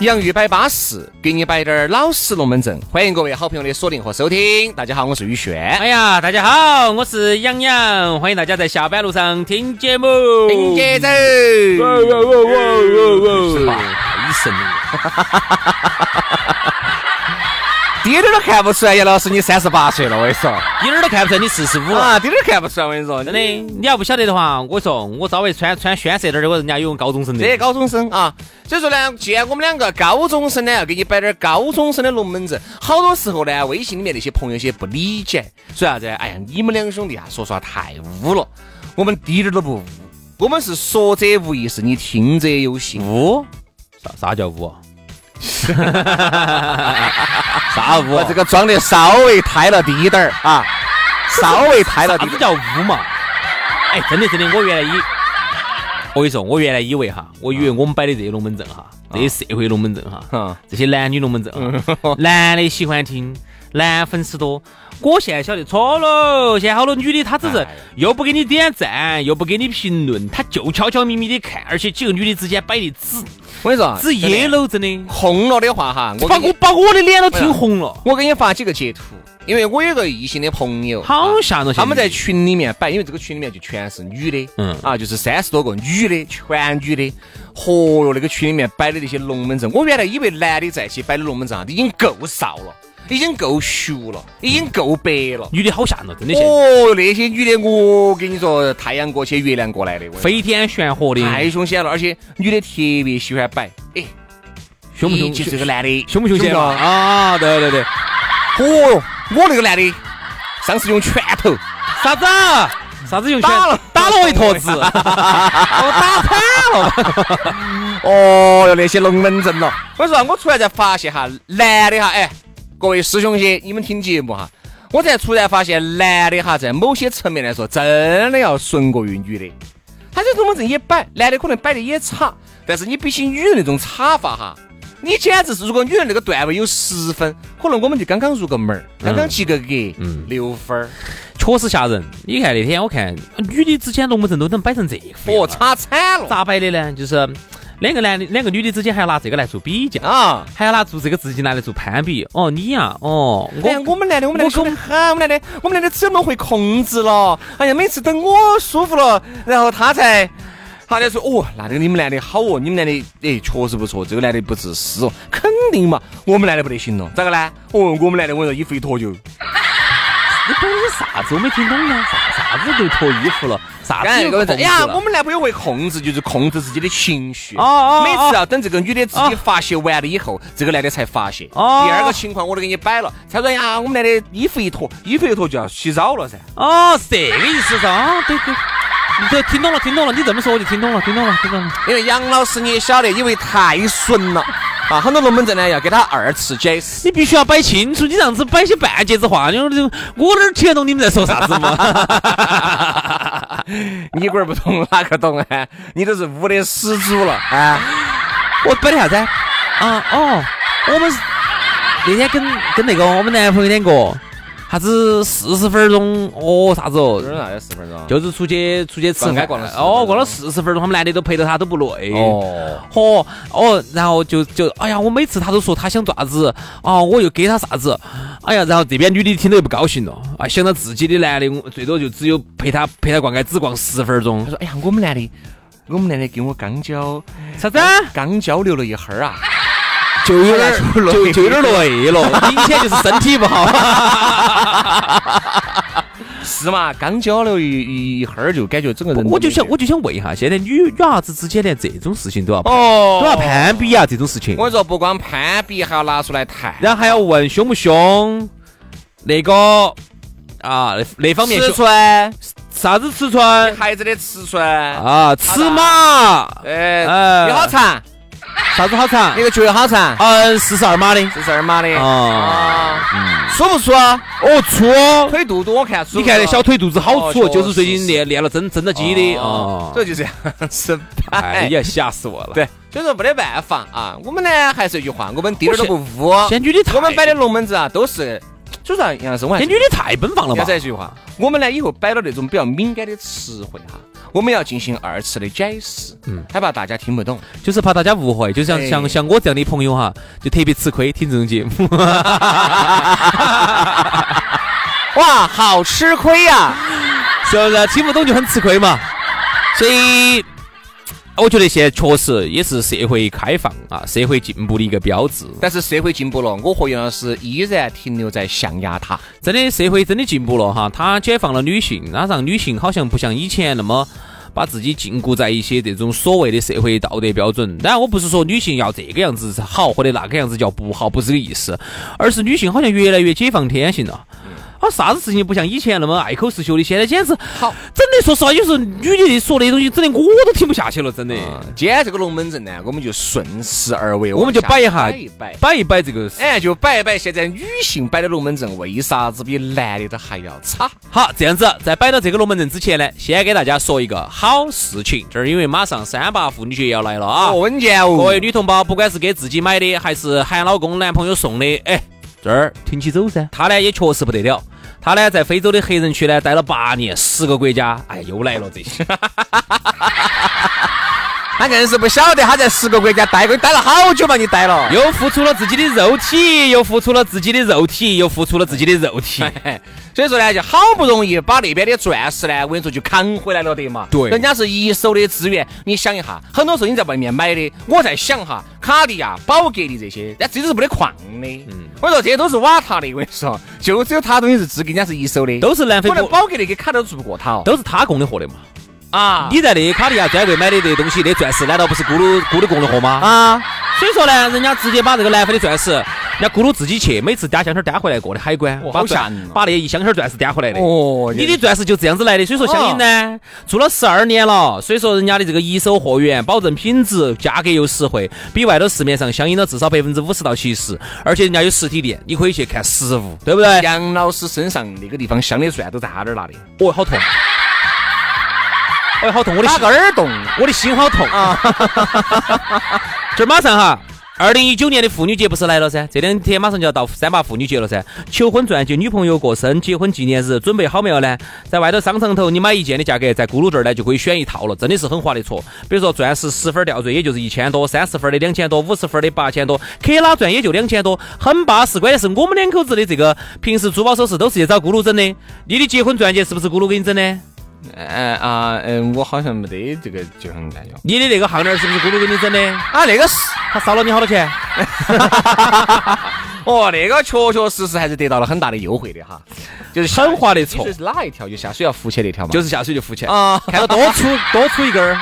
洋芋摆巴适，给你摆点儿老实龙门阵。欢迎各位好朋友的锁定和收听。大家好，我是宇轩。 哎呀，大家好，我是洋洋，欢迎大家在下班路上听节目。听节奏。太哎神了！滴点儿都看不出来，杨老师你三十八岁了，我跟你说。一点儿都看不出来你四十五了。啊，滴点儿看不出来，我跟你说，真的，你要不晓得的话，我说我稍微穿穿宣色点儿的，我人家有高中生这些的。高中生啊，所以说呢，既然我们两个高中生呢，要给你摆点儿高中生的龙门阵，好多时候呢，微信里面那些朋友些不理解，说啥子？哎呀，你们两兄弟啊，说实话太污了，我们滴点儿都不污，我们是说者无意识，你听者有心。污？啥啥叫啊污？啥污我？这个装的稍微抬了低点儿啊，稍微抬了啥低子点儿。啊叫污嘛？哎，真的真的，我原来以，我跟你说，我原来以为哈，我以啊为我们摆的这些龙门阵哈，这些社会龙门阵嗯哈，这些男女龙门阵哈，男的喜欢听，男粉丝多。我现在晓得错了，现在好多女的她只是哎又不给你点赞，又不给你评论，她就悄悄咪咪的看，而且几个女的之间摆的只我跟你说，啊只真的 yellow，真的，红了的话哈，哎我把给你哎我把我的脸都听红了，我给你发几个截图，因为我有个异性的朋友，好啊吓人哦！现他们在群里面摆，因为这个群里面就全是女的，嗯啊，就是三十多个女的，全女的。嚯哟，那个群里面摆的那些龙门阵，我原来以为男的在一起摆的龙门阵啊，已经够少了，已经够熟了，已经够白了。女的好吓人哦，真的现在哦，嗯那些女的，我跟你说，太阳过去，月亮过来的，我飞天玄火的，太凶险了，而且女的特别喜欢摆，哎，凶不凶你就这个男的凶不凶险嘛？啊？啊，对对对，哦哟，我那个男的，上次用拳头啥子？啊 啥子用拳打了打了我一坨 子， 哦哟，那些龙门阵了。我说啊，我突然才发现哈，男的哈，哎，各位师兄些，你们听节目哈，我才突然发现，男的哈，在某些层面来说，真的要顺过于女的。他这龙门阵也摆，男的可能摆的也差，但是你比起女人那种差法哈，你简直是，如果女人那个段位有十分，可能我们就刚刚入个门儿，刚刚及个格，嗯，六分儿，确实吓人。你看那天我看女的之间龙门阵都能摆成这副样哦，了，差惨了咋摆的呢？就是两个男的，两个女的之间还要拿这个来做比较，啊！还要拿做这个自己拿来做攀比。哦，你呀，哦，哎呀我，我们男的，我们男的凶得很，我们男的，我们男的怎么会控制了？哎呀，每次等我舒服了，然后他才，他才说哦，那这个你们男的好哦，你们男的哎确实不错，这个男的不自私哦，肯定嘛，我们男的不得行了，咋个呢？哦，我们男的我跟你说衣服一脱就，你摆的是啥子？我没听懂呢，啥啥子都脱衣服了，啥子哎有各个位控哎制呀，我了？们男朋友会控制，就是控制自己的情绪，哦哦哦每次啊要等这个女的自己发泄完了以后，这个男的才发泄。哦第二个情况我都给你摆了，他说哎呀，我们男的衣服一脱，衣服一脱就要洗澡了噻。哦，是这个意思是啊，对对，你这听懂了，听懂了，你这么说我就听懂了，听懂了，听懂了。因为杨老师你也晓得，因为太顺了啊，很多龙门阵呢要给他二次解释。你必须要摆清楚，你这样子摆些半截子话，你说这我哪儿听得懂你们在说啥子嘛？ 你龟儿不懂哪个懂啊？你都是污的始祖了啊！ 我摆的啥子？啊哦，我们是那天跟跟那个我们男朋友两个，啥子四十分钟哦啥子哦，哪有四分钟？就是出去出去吃逛街饭逛了40哦，逛了分四十分钟，他们男的都陪到他都不累。哦，哦哦，然后就就哎呀，我每次他都说他想做啥子，哦，我又给他啥子，哎呀，然后这边女的听得又不高兴了，啊，想到自己的男的，我最多就只有陪他陪他逛街，只逛十分钟他。说：“哎呀，我们男的，我们男的跟我刚交啥子？刚交流了一会儿啊，哎就有点哎儿呀就就有点儿累 了，明显就是身体不 好。是嘛？刚交流一一一会儿就感觉整个人，我就想我就想问一下，现在女女伢子之间连这种事情都要都哦，要攀比啊，这种事情我，跟你说，不光攀比，还要拿出来谈。然后还要问凶不凶，那个啊那那方面尺凶寸，啥子尺寸孩子的尺寸，啊，尺码哎，哎有好长，啥子好长那？个脚好长，嗯，四十二码的这是二码的啊，啊，粗不粗啊？哦粗哦，腿肚肚我看粗不粗啊，你看那小腿肚子好粗哦哦，就是最是近练练了增增了肌的啊。所以哦就这样是哎哎呀，吓死我了！对，所以说没得办法啊。我们呢，还是一句话，我们滴点儿都不污。现在女的太我们摆的龙门阵啊，都是，所以说杨老师，我还现在是女的太奔放了吧要？再一句话，我们呢以后摆到那种比较敏感的词汇哈，我们要进行二次的解释，嗯，害怕大家听不 懂。就是怕大家误会，就像哎像像我这样的朋友哈，就特别吃亏听这种 节目。哇，好吃亏呀！是不是？听不懂就很吃亏嘛。所以，我觉得现在确实也是社会开放啊、社会进步的一个标志。但是社会进步了，我和杨老师依然停留在象牙塔。真的，社会真的进步了哈，它解放了女性，它让女性好像不像以前那么。把自己禁锢在一些这种所谓的社会道德标准，当然我不是说女性要这个样子是好，或者那个样子叫不好，不是这个意思，而是女性好像越来越解放天性了，嗯啊，啥子事情不像以前那么爱口是羞的，现在简直好，真的说实话，有时候女的说那些东西，整的我都听不下去了，真的。今啊天这个龙门阵呢，我们就顺势而为，我们就往下摆一下摆一摆，摆一摆这个事，哎，就摆一摆现在女性摆的龙门阵为啥子比男的都还要差？好，这样子，在摆到这个龙门阵之前呢，先给大家说一个好事情，这儿因为马上三八妇女节要来了啊，哦，稳健各哦，位女同胞，不管是给自己买的，还是喊老公、男朋友送的，哎，这儿挺起走噻。他呢也确实不得了，他呢在非洲的黑人区呢待了八年，十个国家，哎，又来了这些。他硬是不晓得他在十个国家待过，待了好久嘛，你待了。 又付出了自己的肉体，又付出了自己的肉体，又付出了自己的肉体。 所以说呢，就好不容易把那边的钻石呢，我跟你说就扛回来了的嘛。对人家是一手的资源，你想一下，很多时候你在外面买的，我在想哈，卡地亚、宝格丽这些，那这都是没得矿的。嗯，我说这些都是瓦塔的，我跟你说，就只有它东西是资给人家是一手的，都是南非可能国宝格丽跟卡地亚都做不过它哦。都是他供的货的嘛。啊你在那卡地亚专柜买的这东西，那钻石难道不是咕噜咕噜供的货吗？啊，所以说呢，人家直接把这个南非的钻石，人家咕噜自己去，每次单香香单回来过的海关哇，把好吓钻人啊把那一箱箱钻石单回来的。哦你的钻石就这样子来的，所以说相应呢，做了十二年了，所以说人家的这个一手货源，保证品质，价格又实惠，比外头市面上相应了至少百分之五十到七十，而且人家有实体店，你可以去看实物，对不对？杨老师身上那个地方镶的钻都在他那儿拿的，哦，好痛！哎，好痛！我的打心个耳 洞。我的心好痛啊！ 这马上哈，二零一九年的妇女节不是来了噻？这两天马上就要到三八妇女节了噻。求婚钻戒，女朋友过生，结婚纪念日，准备好没有呢？在外头商场头，你买一件的价格，在咕噜这儿呢就可以选一套了，真的是很划得着。比如说钻石十分吊坠，也就是一千多；三十分的两千多；五十分的八千多；克拉钻也就两千多，很巴适。关键是我们两口子的这个平时珠宝首饰都是去找咕噜整的，你的结婚钻戒是不是咕噜给你整的？嗯啊嗯，我好像没得这个就很感觉。你的那个项链是不是咕噜给你整的？啊，那个是。他烧了你好多钱？ 哦，那个确确实实还是得到了很大的优惠的哈，就是下很划得着你说是哪一条？就下水要浮起那条嘛。就是是下水就浮起来 啊看到多出多出一根儿，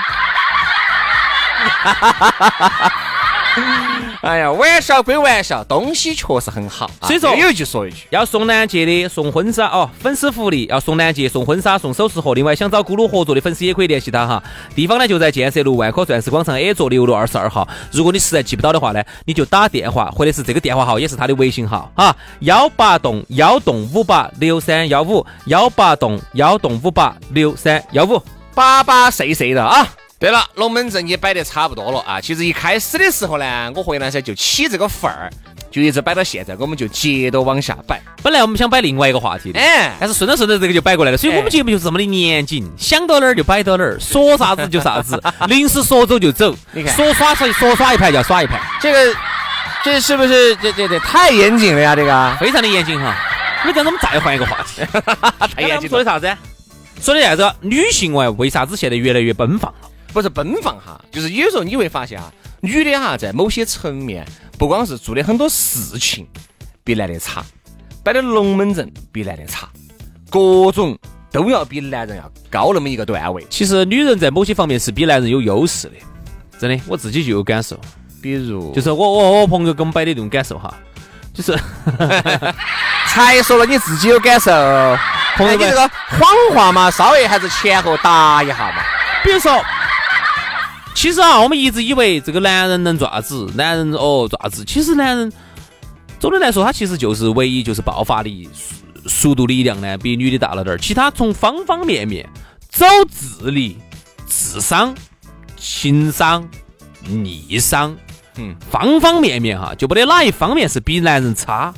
哎呀，玩笑归玩笑，东西确实很好、啊。所以说这个有一句说一句，要送南捷的送婚纱哦，粉丝福利要送南捷送婚纱送首饰盒，另外想找咕噜合作的粉丝也可以联系他哈，地方呢就在建设路万科钻石广场 A 座六楼二十二号，如果你实在记不到的话呢，你就打电话或者是这个电话号也是他的微信号哈，幺八栋幺栋五八六三幺五幺八栋幺栋五八六三幺五。巴巴碎碎的啊。对了，龙门阵也摆得差不多了啊。其实一开始的时候呢，我和杨老师就起这个份儿，就一直摆到现在，我们就接着往下摆。本来我们想摆另外一个话题的，哎，但是顺着顺着这个就摆过来了，所以我哎们节目就是这么的严谨，想到哪儿就摆到哪 儿，说啥子就啥子，临时说走就走你，看说耍说说耍一盘就要耍一盘，这个，这是不是这这这太严谨了呀？这个非常的严谨哈。因为这样子我们再换一个话 题， 太刚才严我们谨说了的。啥子？说的啥子？女性为为啥子现在越来越奔放了？不是奔放哈，就是有时候你会发现啊，女的哈，在某些层面，不光是做的很多事情比男的差，摆的龙门阵比男的差，各种都要比男人要高那么一个段位。其实女人在某些方面是比男人有优势的，真的，我自己就有感受。比如，就是我我我朋友给我们摆的这种感受哈，就是才说了你自己有感受，朋友友你们这个谎话嘛，稍微还是前后搭一下嘛。比如说，其实啊，我们一直以为这个男人能爪子，男人哦爪子，其实男人总的来说，他其实就是唯一就是爆发力、速速度、力量呢，比女的大了点儿。其他从方方面面，走智力、智商、情商、逆商，嗯，方方面面哈，就没得哪一方面是比男人差。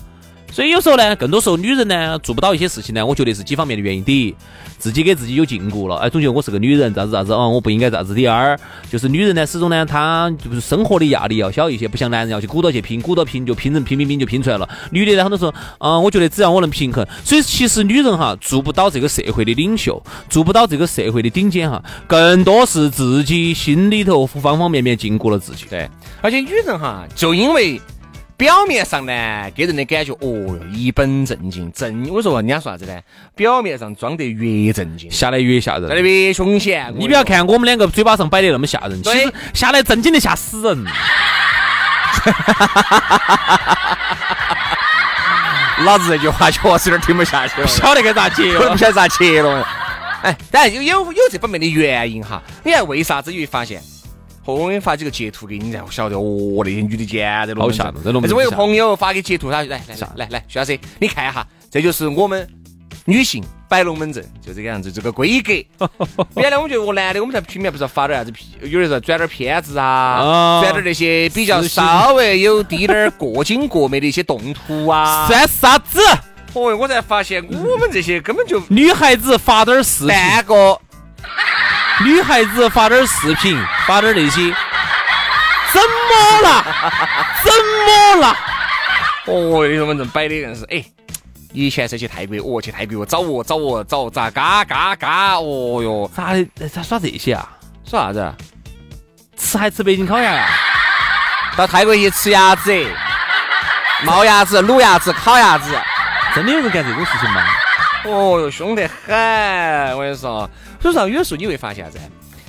所以有时候呢，更多时候女人呢做不到一些事情呢，我觉得是几方面的原因。第一，自己给自己有禁锢了，哎，总觉得我是个女人，咋子咋子啊、哦我不应该咋子。第二，哎就是女人呢，始终呢，她就是生活的压力要小一些，不像男人要去鼓捣去拼，鼓捣拼就拼人拼拼拼就拼出来了。女的呢，很多时候，嗯、我觉得只要我能平衡，所以其实女人哈做不到这个社会的领袖，做不到这个社会的顶尖哈，更多是自己心里头方方面面禁锢了自己。对，而且女人哈，就因为表面上呢，给人的感觉哦哟，一本正经，正我说人家说啥子呢？表面上装得越正经，下来越吓人装得。越凶险。你不要看我们两个嘴巴上摆得那么吓人，其对实下来正经的吓死人。我，老子这句话确实有点听不下去了，晓得该咋接 我都不晓得咋接了。哎，当然有有有这方面的原因哈。你看为啥子你会发现？后我给你发几个截图给你，然后晓得哦，那些女的简直好吓人这龙但门阵是我有吓人朋友发给截图，他就来来吓人来来，徐老师，你看一下，这就是我们女性摆龙门阵，就这个样子，这个规 格。原来我们觉得我男的，我们在群里面不是发点啥子屁，有的时候转点片子啊，啊转点那些比较私心稍微有滴点儿过精过美的一些动图 啊。算啥子？哦哟，我才发现我们这些根本就女孩子发点儿视频，半个女孩子发点儿视频，发点儿那些，怎么了？怎么了？哦，你说我们这摆的硬是，哎，以前是去泰国，哦，去泰国，找我，找我，找我咋嘎嘎嘎，哦哟，咋的？咋耍这些啊？说啥子？吃还吃北京烤鸭呀？到泰国去吃鸭子，冒鸭子、卤鸭子、烤鸭子，真的有人干这种事情吗？哦哟，凶得很，我跟你说，所以说有时候你会发现啥子？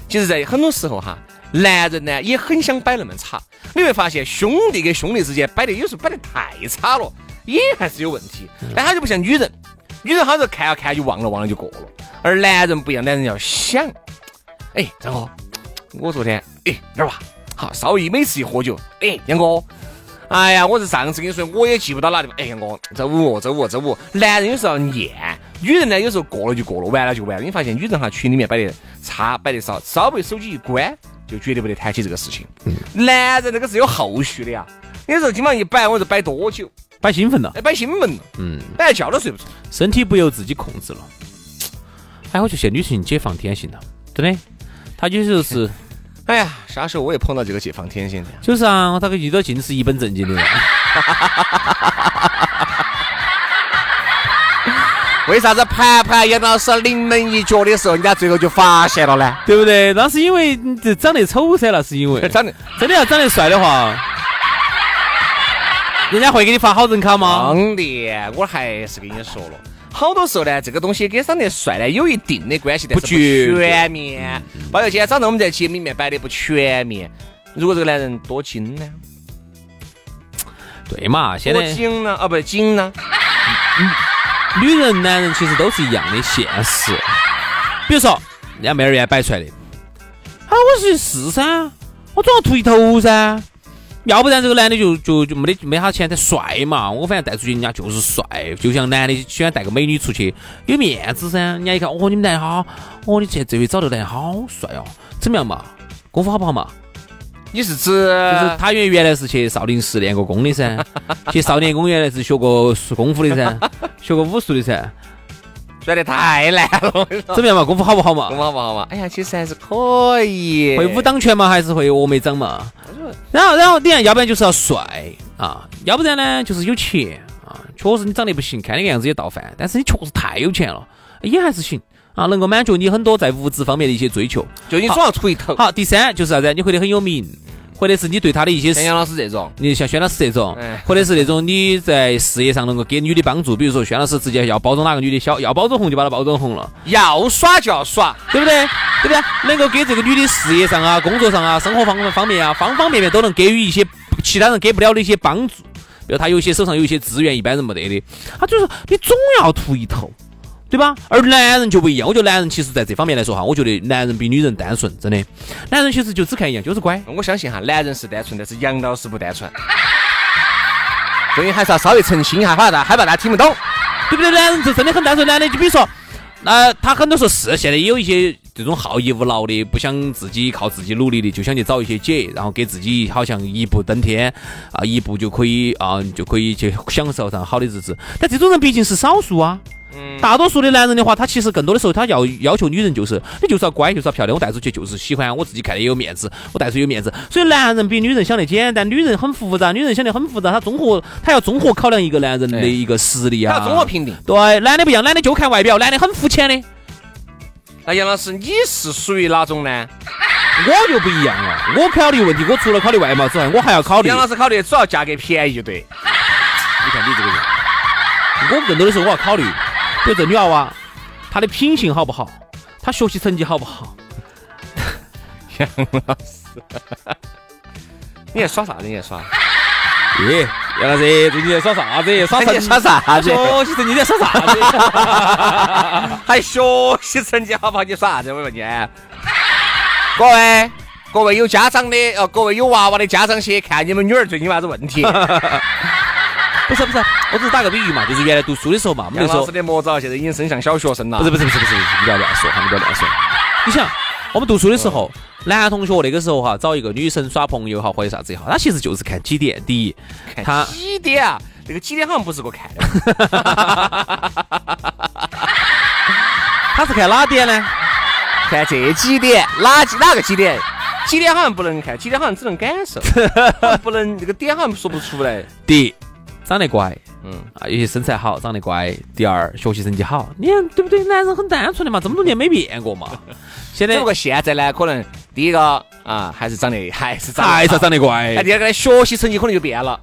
其实，在很多时候哈。男人呢也很想摆那么差，你会发现兄弟跟兄弟之间摆的有时候摆的太差了，也还是有问题。但他就不像女人，女人好像看啊看就忘了，忘了就过了。而男人不一样，男人要想，哎，张哥，我昨天哎哪儿吧，好稍微每次一喝酒，哎，杨哥，哎呀，我是上次跟你说，我也记不到哪地方，哎，杨哥，周五哦，周五哦，周五哦。男人有时候要念，女人呢有时候过了就过了，完了就完了。你发现女人哈群里面摆的差，摆的少，稍微手机一关就绝对不得谈起这个事情。男人那个是有后续的呀，有时候今晚一摆，我是摆多久？摆兴奋了，哎，摆新闻了，嗯，摆觉都睡不着。身体不由自己控制了。哎，我就现在女性解放天性了，真的。她有时候是，哎呀，啥时候我也碰到这个解放天性的？就是啊，我大概遇到尽是一本正经的人。为啥子盘盘杨老师临门一脚的时候，人家最后就发现了呢？ 对不对？那是因为你这长得丑噻，那 是因为长得真的要长得帅的话，人家会给你发好人卡吗？当的，我还是跟你说了。好多时候呢，这个东西跟长得帅呢有一定的关系，但是不绝不对全面。包括今天早上我们在节目里面摆的不全面。如果这个男人多金呢？对嘛，现多在精呢？啊，不精呢？女人、男人其实都是一样的现实。比如说，人家妹儿原摆出来的，啊，我是是噻，我总要秃一头噻，要不然这个男的就就就没得没啥钱，他帅嘛，我反正带出去人家就是帅，就像男的喜欢带个美女出去有面子噻，人家一看，哦，你们男的好，哦，你这这回找这个男的好帅哦，怎么样嘛？功夫好不好嘛？你是指就是他原原来是去少林寺练过功的噻，去少年宫原来是学过功夫的�噻，学过武术的噻。帅得太烂了？我跟你说怎么样嘛？功夫好不好嘛好？不好嘛？好嘛？哎呀，其实还是可以。会武当拳嘛，还是会峨眉掌嘛？然后，然后你看，要不然就是要帅啊，要不然呢就是有钱啊。确实你长得不行，看那个样子也倒饭，但是你确实太有钱了，也还是行啊，能够满足你很多在物质方面的一些追求。就你总要出一头。好，第三就是啥子？你会得很有名，或者是你对他的一些像杨老师这种，你像轩老师这种哎，或者是那种你在事业上能够给女的帮助，比如说轩老师直接要包装哪个女的，小要包装红就把她包装红了，要耍就要耍，对不对？对不对？能够给这个女的事业上啊、工作上啊、生活方方面啊、方方面面都能给予一些其他人给不了的一些帮助。比如他有一些手上有一些资源，一般人没得的，他就是你总要图一头，对吧？而男人就不一样，我觉得男人其实在这方面来说哈，我觉得男人比女人单纯，真的，男人其实就只看一样，就是乖。我相信哈，男人是单纯，但是杨老师不单 纯，所以还是要稍微澄清一下，害怕大害怕大家听不懂。对不对？男人就真的很单纯，男的就比如说，呃，他很多时候是现在也有一些这种好逸恶劳的，不想自己靠自己努力的，就想去找一些姐，然后给自己好像一步登天啊，一步就可以啊，就可以去享受上好的日子。但这种人毕竟是少数啊。大多数的男人的话，他其实更多的时候，他要要求女人就是，你就是要乖，就是要漂亮，我带出去就是喜欢，我自己看的也有面子，我带出去有面子。所以男人比女人想的简单，女人很复杂，女人想的很复杂，她综合，她要综合考量一个男人的对一个实力啊，要综合评定。对，男的不一样，男的就看外表，男的很肤浅的。那杨老师，你是属于哪种呢？我就不一样了，我考虑问题，我除了考虑外貌之外，我还要考虑。杨老师考虑主要价格便宜，对，你看你这个人，我更多的时候我要考虑，比如这女娃娃，她的品行好不好，她学习成绩好不好，你还耍啥子？你还 耍？耶，杨老师，最近在耍啥子？耍还耍啥子？学习成绩在耍啥子？还学习成绩好不好？哎你耍啥子？我问你。啊各位，各位有家长的，呃，各位有娃娃的家长些，看你们女儿最近有啥子问 题？不是不是，我只是打个比喻嘛，就是原来读书的时候嘛，我们杨就老说师，的魔爪现在已经伸向小学生了。不是不是不是不是，你不要乱说，哈，你不要乱说。你想，我们读书的时候，男同学那个时候哈，找一个女生耍朋友哈，或者啥子也好，他其实就是看几点。第一，他几点啊？那个几点好像不是我看 的。他是看哪点呢？看这几点，哪几哪个几点？几点好像不能看，几点好像只能感 受，好像不能这个点好像说不出来。第一，长得乖，嗯，啊，有些身材好，长得乖。第二，学习成绩好。你看对不对？男人很单纯的嘛，这么多年没变过嘛。现只在不过现在呢，可能第一个啊，还是长得还是长得还是要长得哎，乖。第二个呢，学习成绩可能就变了，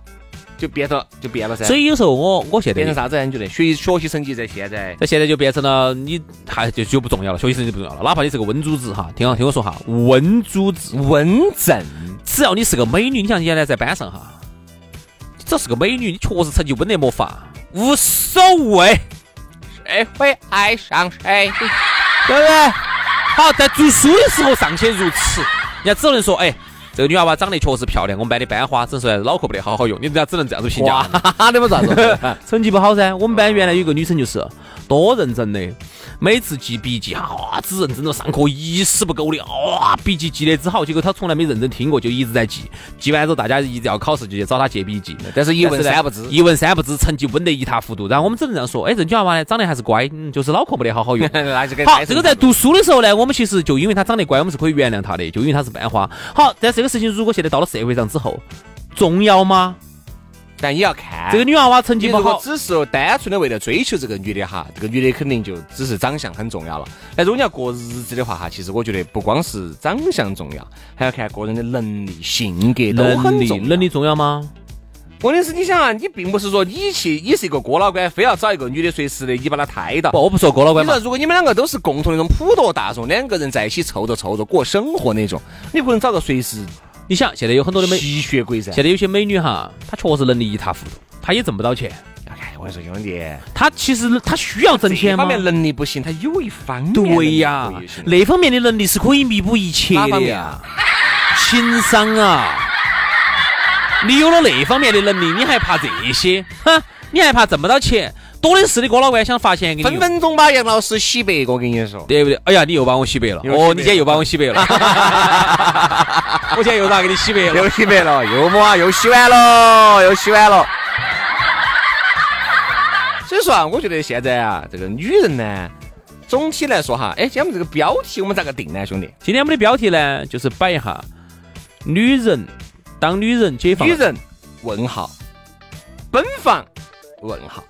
就变到就变了噻。所以有时候我我现在变成啥子呢？啊你觉得学习学习成绩在现在那现在就变成了你还就就不重要了，学习成绩不重要了，哪怕你是个温猪子哈，听好听我说哈，温猪子，稳正，只要你是个美女，你像原来在班上哈，你只要是个美女，你确实成绩稳得没法，无所谓，谁哎会爱上 谁？对不对？好，在读书的时候尚且如此，人家只能说，哎，这个女娃娃长得确实漂亮，我们班的班花，只能说脑壳不得好好用，你人家只能这样子评价。哇，你们咋 子？成绩不好噻。我们班原来有一个女生就是多认真的，每次记笔记啊，只认真到上课一丝不苟的，哇、笔记记得之好，结果她从来没认真听过，就一直在记。记完之后，大家一直要考试就去找她借笔记。 但是一问但是呢三不 知。。一问三不知，成绩稳得一塌糊涂。然后我们只能这样说，哎，这女娃娃呢，长得还是乖，嗯，就是脑壳没得好好用 那就跟好，开始这个在读书的时候呢，我们其实就因为她长得乖，我们是可以原谅她的，就因为她是班花。好，但这个事情如果现在到了社会上之后，重要吗？但也要看这个女娃娃成你绩不如果好，只是单纯的为了追求这个女的哈，这个女的肯定就只是长相很重要了。但如果你要过日子的话哈，其实我觉得不光是长相重要，还要看个人的能力、性格都能很力重要。能力重要吗？关键是你想啊，你并不是说你去，你是一个哥老倌，非要找一个女的随时的你把她抬到不，。哦我不说哥老倌你嘛说，，如果你们两个都是共同那种普罗大众，两个人在一起凑着凑着过生活那种，你不能找个随时你想现在有很多的美，吸血鬼噻。现在有些美女哈，她确实能力一塌糊涂，她也挣不到钱，哎，我跟你说兄弟，她其实她需要挣这钱吗方？面能力不行，他有一方面对呀能力不行，那方面的能力是可以弥补一切哪方的面啊呀，情商啊，你有了那方面的能力，你还怕这些？哼，你还怕挣不到钱？多的是的哥老倌想发钱给你分用，分钟把杨老师洗白，我跟你说。对不对？哎呀，你又把我洗白了，又洗白了哦，你今天又把我洗白 了，我今天又咋给你洗白了？又洗白了，又抹，又洗完了，又洗完 了。所以说啊，我觉得现在啊，这个女人呢，总体来说哈，哎，今天我们这个标题我们咋个定呢，兄弟？今天我们的标题呢，就是摆一下女人当女人解放女，人问号，奔放问 号，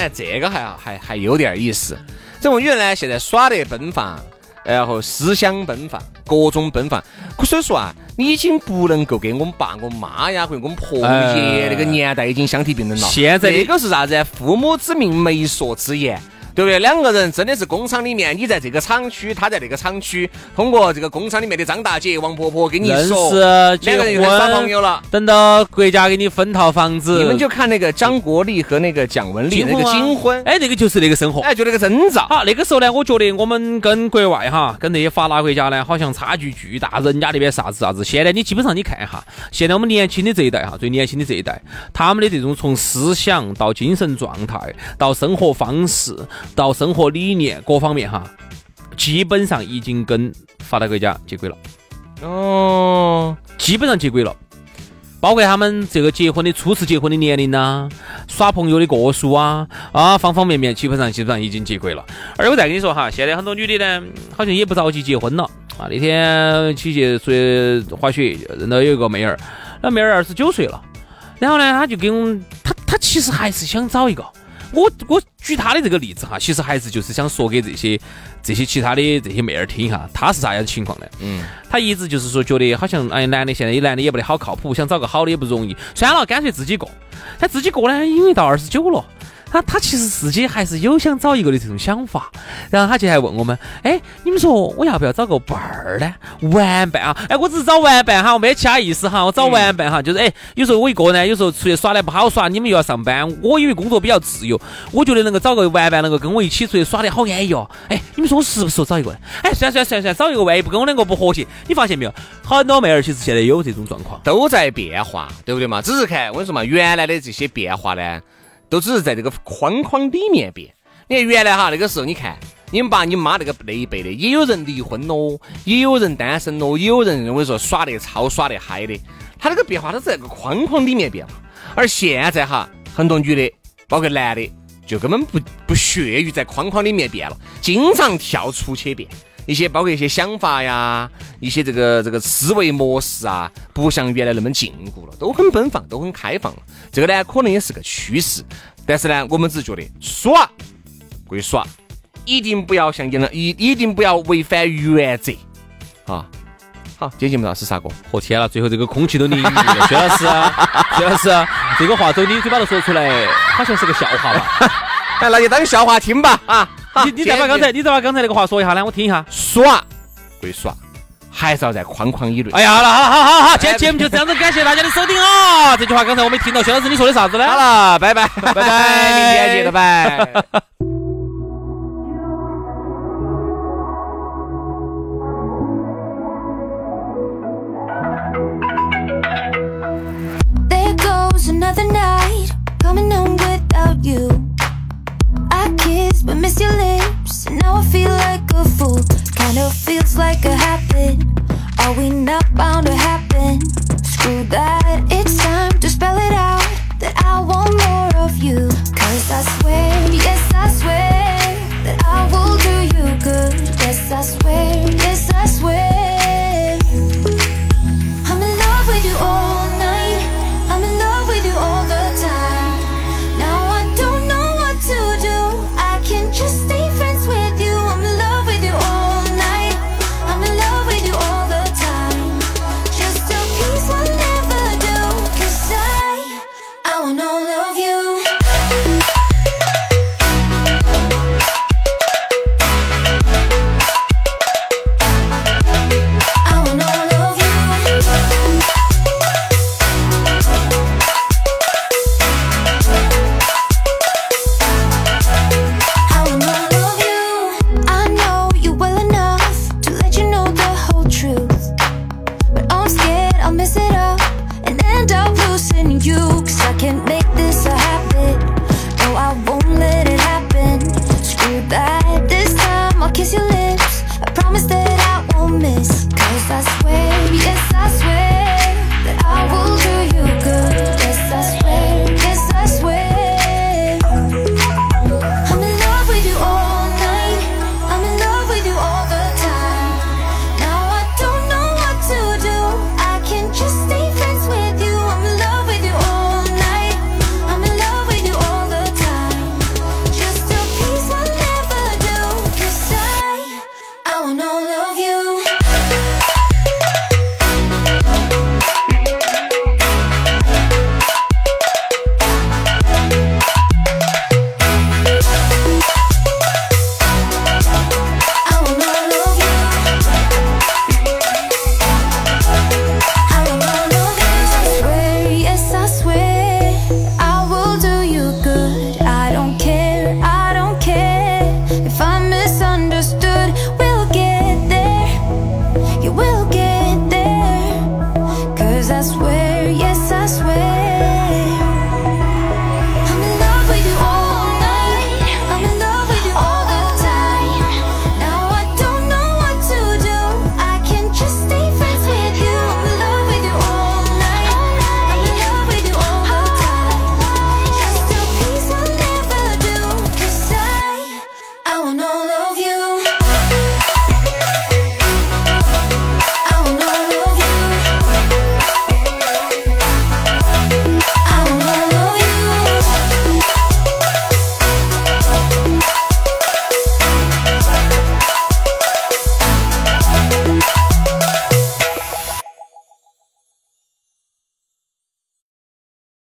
哎，这个还好还还有点意思。这种女人呢，呃现在耍得奔放，然后思想奔放，各种奔放。所以说啊，已经不能够跟我们爸、我们妈呀，或者我们婆哎爷那个年代已经相提并论了。现在的这个是啥子？父母之命，媒妁之言。对不对？两个人真的是工厂里面，你在这个厂区，他在那个厂区，通过这个工厂里面的张大姐、王婆婆跟你认说，识两结个人就开始耍朋婚，友了。等到国家给你分套房子，你们就看那个张国立和那个蒋雯丽金那婚个呃啊金婚，哎，那个就是那个生活。哎，就那个征兆。好，那个时候呢，我觉得我们跟国外哈，跟那些发达国家呢，好像差距巨大。人家那边啥子啥子，现在你基本上你看一下，现在我们年轻的这一代哈，最年轻的这一代，他们的这种从思想到精神状态，到生活方式，到生活理念各方面哈，基本上已经跟发达国家接轨了，啊哦，基本上接轨了。包括他们这个结婚的初次结婚的年龄呐、耍朋友的个数啊，啊，方方面面基本上基本上已经接轨了。而我再跟你说哈，现在很多女的呢，好像也不着急结婚了啊。那天去去出去滑雪，认到有一个妹儿，那妹儿二十九岁了，然后呢，她就跟我们，她她其实还是想找一个。我我举她的这个例子哈，其实还是就是想说给这些这些其他的这些妹儿听一下，她是啥样的情况呢？嗯，她一直就是说觉得好像哎，男的现在也男的也不得好靠谱，想找个好的也不容易，算了，干脆自己过。她自己过呢，因为到二十九了。她她其实自己还是有想找一个的这种想法，然后她就还问我们，哎，你们说我要不要找个伴儿呢？玩伴啊，哎，我只是找玩伴哈，我没其他意思哈，我找玩伴哈，就是哎，有时候我一个呢，有时候出去耍呢不好耍，你们又要上班，我因为工作比较自由，我觉得能够找个玩伴能够跟我一起出去耍的好安逸哦。哎，你们说我适不适合找一个呢？哎，算了算了算了算了，找一个哎万一不跟我两个不和谐，你发现没有？很多妹儿其实现在有这种状况。都在变化，对不对嘛？只是看我跟你说嘛，原来的这些变化呢，都只是在这个框框里面变。你看原来哈那个时候，你看你们爸你妈那个那一辈的，也有人离婚喽，也有人单身喽，也有人认为说耍得超耍得嗨的，他那个变化都是在这个框框里面变化。而现在哈，很多女的，包括男的，就根本不不屑于在框框里面变了，经常跳出去变。一些包括一些想法呀，一些这个这个思维模式啊，不像原来那么禁锢了，都很奔放，都很开放了。这个呢，可能也是个趋势，但是呢，我们只是觉得耍归耍，一定不要像原来一一定不要违反原则啊。好，今天节目到是啥歌？我天了，最后这个空气都凝郁了，薛老师啊， 薛老师啊，这个话从你嘴巴头说出来，好像是个笑话吧？哎，那就当笑话听吧啊！ 好你你再把刚才你再把刚才那个话说一下呢，我听一下。耍归耍，还是要在框框以内。哎呀，好了，好了，好好好，今天节目就这样子，感谢大家的收听啊！这句话刚才我没听到，薛老师你说的啥子呢？好了，哎拜拜，拜 拜 明天见，拜拜。 There goes another night coming home without you. I kissed but missed your lips, and now I feel like a fool. Kinda feels like a habit. Are we not bound to happen? Screw that.